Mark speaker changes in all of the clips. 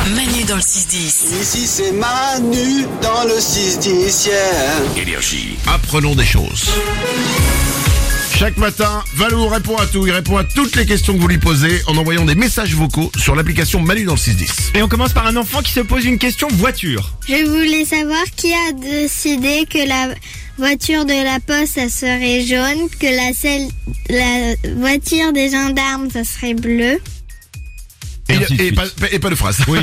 Speaker 1: Manu dans le 6-10.
Speaker 2: Ici c'est Manu dans le 6-10,
Speaker 3: Énergie. Apprenons des choses. Chaque matin, Valou répond à tout. Il répond à toutes les questions que vous lui posez en envoyant des messages vocaux sur l'application Manu dans le 610.
Speaker 4: Et on commence par un enfant qui se pose une question voiture.
Speaker 5: Je voulais savoir qui a décidé que la voiture de la poste, ça serait jaune, que la, selle- la voiture des gendarmes, ça serait bleu.
Speaker 3: Et,
Speaker 4: ainsi de
Speaker 3: et
Speaker 4: suite.
Speaker 3: pas, et pas de phrase. Oui.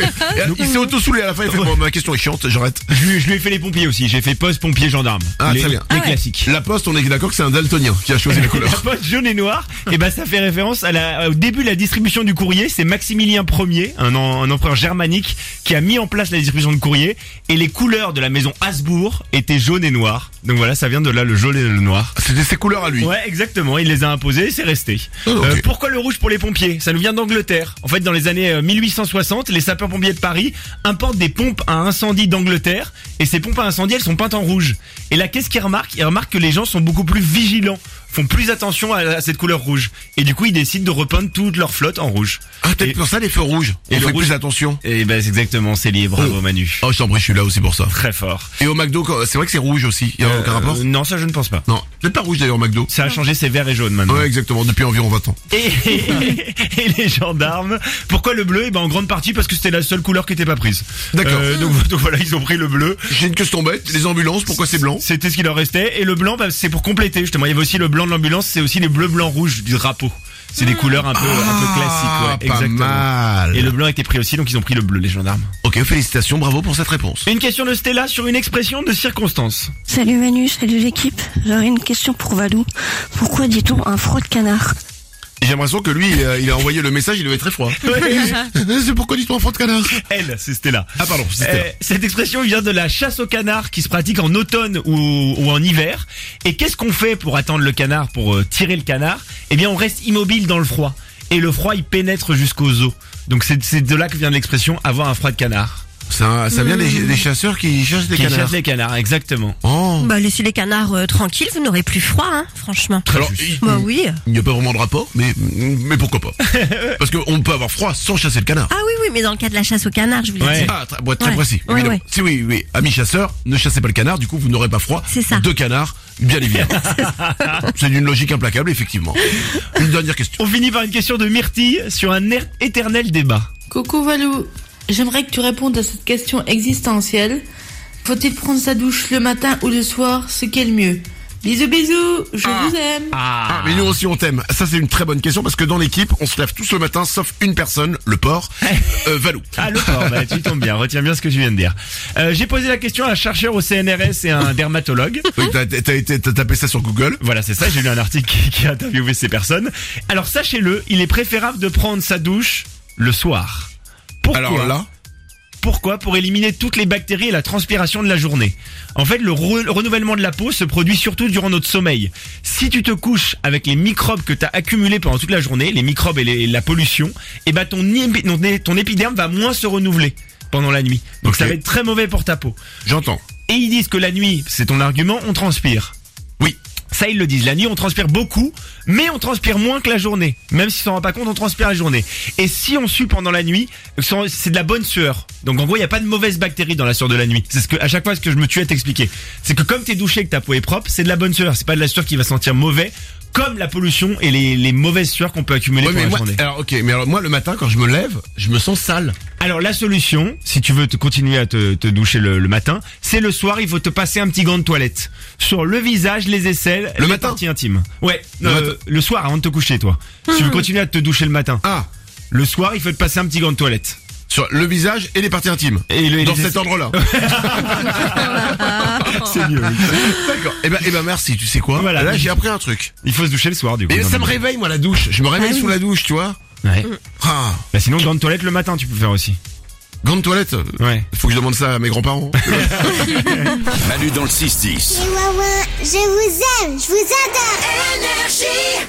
Speaker 3: il s'est auto-soulé à la fin. Il fait bon, ma question est chiante, j'arrête.
Speaker 4: Je, lui- je lui ai fait les pompiers aussi. J'ai fait poste, pompier, gendarme.
Speaker 3: Ah,
Speaker 4: les,
Speaker 3: très bien. Ah
Speaker 4: Les
Speaker 3: ouais.
Speaker 4: classiques.
Speaker 3: La poste, on est d'accord que c'est un daltonien qui a choisi la
Speaker 4: La
Speaker 3: couleur.
Speaker 4: poste jaune et noire, et ben ça fait référence à la, au début de la distribution du courrier. C'est Maximilien Ier, un, en- un empereur germanique, qui a mis en place la distribution de courrier. Et les couleurs de la maison Habsbourg étaient jaune et noir. Donc voilà, ça vient de là le jaune et le noir.
Speaker 3: C'était ses couleurs à lui.
Speaker 4: Ouais, exactement. Il les a imposés, et c'est resté.
Speaker 3: Ah, ok.
Speaker 4: Euh, pourquoi le rouge pour les pompiers Ça nous vient d'Angleterre. En fait, dans les années euh, 1860, les sapeurs-pompiers de Paris importent des pompes à incendie d'Angleterre et ces pompes à incendie, elles sont peintes en rouge. Et là, qu'est-ce qu'ils remarquent Ils remarquent que les gens sont beaucoup plus vigilants, font plus attention à, à cette couleur rouge. Et du coup, ils décident de repeindre toute leur flotte en rouge.
Speaker 3: Ah, peut-être
Speaker 4: Et-
Speaker 3: pour ça les feux rouges.
Speaker 4: et
Speaker 3: on
Speaker 4: le
Speaker 3: fait
Speaker 4: rouge-
Speaker 3: plus attention.
Speaker 4: Et ben, c'est exactement, c'est lié. Bravo, Manu.
Speaker 3: Oh, je t'en prie, je suis là aussi pour ça.
Speaker 4: Très fort.
Speaker 3: Et au McDo, quand- c'est vrai que c'est rouge aussi. Il y a aucun
Speaker 4: Euh,
Speaker 3: rapport
Speaker 4: Non, ça, je ne pense pas.
Speaker 3: Non. Peut-être pas rouge d'ailleurs au McDo.
Speaker 4: Ça a changé, c'est vert et jaune maintenant.
Speaker 3: Ouais, exactement. Depuis environ 20 ans.
Speaker 4: et, et les gendarmes. Pourquoi le bleu Eh ben en grande partie parce que c'était la seule couleur qui n'était pas prise.
Speaker 3: D'accord.
Speaker 4: Euh, donc, donc voilà, ils ont pris le bleu.
Speaker 3: J'ai une question bête. Les ambulances, pourquoi c'est blanc
Speaker 4: C'était ce qui leur restait. Et le blanc, bah, c'est pour compléter justement. Il y avait aussi le blanc de l'ambulance, c'est aussi les bleus, blancs, rouges du drapeau. C'est des couleurs un peu, Euh, un peu
Speaker 3: Ah,
Speaker 4: classiques. Ouais,
Speaker 3: pas
Speaker 4: exactement.
Speaker 3: mal.
Speaker 4: Et le blanc était pris aussi, donc ils ont pris le bleu, les gendarmes.
Speaker 3: Ok, félicitations, bravo pour cette réponse.
Speaker 4: Une question de Stella sur une expression de circonstance.
Speaker 6: Salut Manu, salut l'équipe. J'aurais une question pour Valou. Pourquoi dit-on un froid de canard
Speaker 3: J'ai l'impression que lui, il a, il a envoyé le message, il devait être très froid. c'est pourquoi dis-toi un franc de canard
Speaker 4: Elle, c'est Stella.
Speaker 3: Ah pardon, c'était...
Speaker 4: Euh, cette expression vient de la chasse au canard qui se pratique en automne ou, ou en hiver. Et qu'est-ce qu'on fait pour attendre le canard, pour euh, tirer le canard Eh bien, on reste immobile dans le froid. Et le froid, il pénètre jusqu'aux os. Donc c'est c'est de là que vient l'expression avoir un froid de canard.
Speaker 3: Eh, Ça, ça vient des, des chasseurs qui chassent des
Speaker 4: Qui
Speaker 3: canards.
Speaker 4: chasse les canards, exactement.
Speaker 3: Oh.
Speaker 7: Bah laissez les canards euh, tranquilles, vous n'aurez plus froid, hein, franchement.
Speaker 3: Alors, il
Speaker 7: Bah oui.
Speaker 3: il n'y a pas vraiment de rapport, mais, mais pourquoi pas Parce qu'on peut avoir froid sans chasser le canard.
Speaker 7: Ah oui, oui, mais dans le cas de la chasse aux canards, je voulais
Speaker 4: Ouais.
Speaker 7: dire.
Speaker 3: Ah, très, bon, très
Speaker 7: Ouais.
Speaker 3: précis.
Speaker 7: Ouais,
Speaker 3: évidemment.
Speaker 7: ouais.
Speaker 3: Si oui, oui, amis chasseurs, ne chassez pas le canard, du coup vous n'aurez pas froid.
Speaker 7: C'est ça.
Speaker 3: De canard, bien évidemment. C'est d'une logique implacable, effectivement. Une dernière question.
Speaker 4: On finit par une question de Myrtille sur un er- éternel débat.
Speaker 8: Coucou Valou, j'aimerais que tu répondes à cette question existentielle. Faut-il prendre sa douche le matin ou le soir Ce qui est le mieux Bisous bisous, je vous aime.
Speaker 3: Ah, mais nous aussi on t'aime. Ça c'est une très bonne question parce que dans l'équipe on se lève tous le matin sauf une personne, le porc, euh, Valou.
Speaker 4: Ah le corps, bah, tu tombes bien, retiens bien ce que tu viens de dire. Euh, J'ai posé la question à un chercheur au CNRS et à un dermatologue.
Speaker 3: Oui, t'as, t'as été- t'as tapé ça sur Google.
Speaker 4: Voilà, c'est ça, j'ai lu un article qui, qui a interviewé ces personnes. Alors sachez-le, il est préférable de prendre sa douche le soir. Pourquoi
Speaker 3: Alors là,
Speaker 4: Pourquoi Pour éliminer toutes les bactéries et la transpiration de la journée. En fait, le re- renouvellement de la peau se produit surtout durant notre sommeil. Si tu te couches avec les microbes que tu as accumulés pendant toute la journée, les microbes et, les- et la pollution, eh ben ton, imbi- ton é- ton épiderme va moins se renouveler pendant la nuit. Donc
Speaker 3: Ok.
Speaker 4: ça va être très mauvais pour ta peau.
Speaker 3: j'entends.
Speaker 4: Et ils disent que la nuit, c'est ton argument, on transpire. Oui. Ça, ils le disent. La nuit, on transpire beaucoup, mais on transpire moins que la journée. Même si on s'en rend pas compte, on transpire la journée. Et si on sue pendant la nuit, c'est de la bonne sueur. Donc, en gros, il n'y a pas de mauvaises bactéries dans la sueur de la nuit. C'est ce que, à chaque fois, ce que je me tue à t'expliquer. C'est que comme t'es douché, que ta peau est propre, c'est de la bonne sueur. C'est pas de la sueur qui va sentir mauvais, comme la pollution et les, les mauvaises sueurs qu'on peut accumuler
Speaker 3: Ouais, mais
Speaker 4: pendant la
Speaker 3: moi,
Speaker 4: journée.
Speaker 3: alors ok, mais alors moi le matin quand je me lève, je me sens sale.
Speaker 4: Alors la solution, si tu veux te continuer à te, te doucher le, le matin, c'est le soir, il faut te passer un petit gant de toilette sur le visage, les aisselles,
Speaker 3: Le
Speaker 4: les
Speaker 3: matin
Speaker 4: parties intimes. Ouais,
Speaker 3: Le
Speaker 4: le,
Speaker 3: matin.
Speaker 4: le soir avant de te coucher toi. Si tu veux continuer à te doucher le matin.
Speaker 3: Ah,
Speaker 4: Le soir, il faut te passer un petit gant de toilette.
Speaker 3: sur le visage et les parties intimes.
Speaker 4: Et le- et
Speaker 3: Dans
Speaker 4: les
Speaker 3: cet
Speaker 4: aisselles-
Speaker 3: ordre-là.
Speaker 4: c'est mieux. oui.
Speaker 3: D'accord. Eh ben, eh ben merci. Tu sais quoi
Speaker 4: Voilà.
Speaker 3: Là j'ai appris un truc.
Speaker 4: Il faut se doucher le soir du coup.
Speaker 3: Et
Speaker 4: Non,
Speaker 3: ça me
Speaker 4: mais-
Speaker 3: réveille moi la douche. Je me réveille
Speaker 7: Ah oui.
Speaker 3: sous la douche, tu vois.
Speaker 4: Ouais.
Speaker 3: Ah,
Speaker 4: Bah, sinon gant de toilette le matin, tu peux faire aussi.
Speaker 3: grande toilette.
Speaker 4: Ouais.
Speaker 3: Faut que je demande ça à mes grands-parents.
Speaker 2: Manu dans le 6-10.
Speaker 5: Et je vous aime, je vous adore.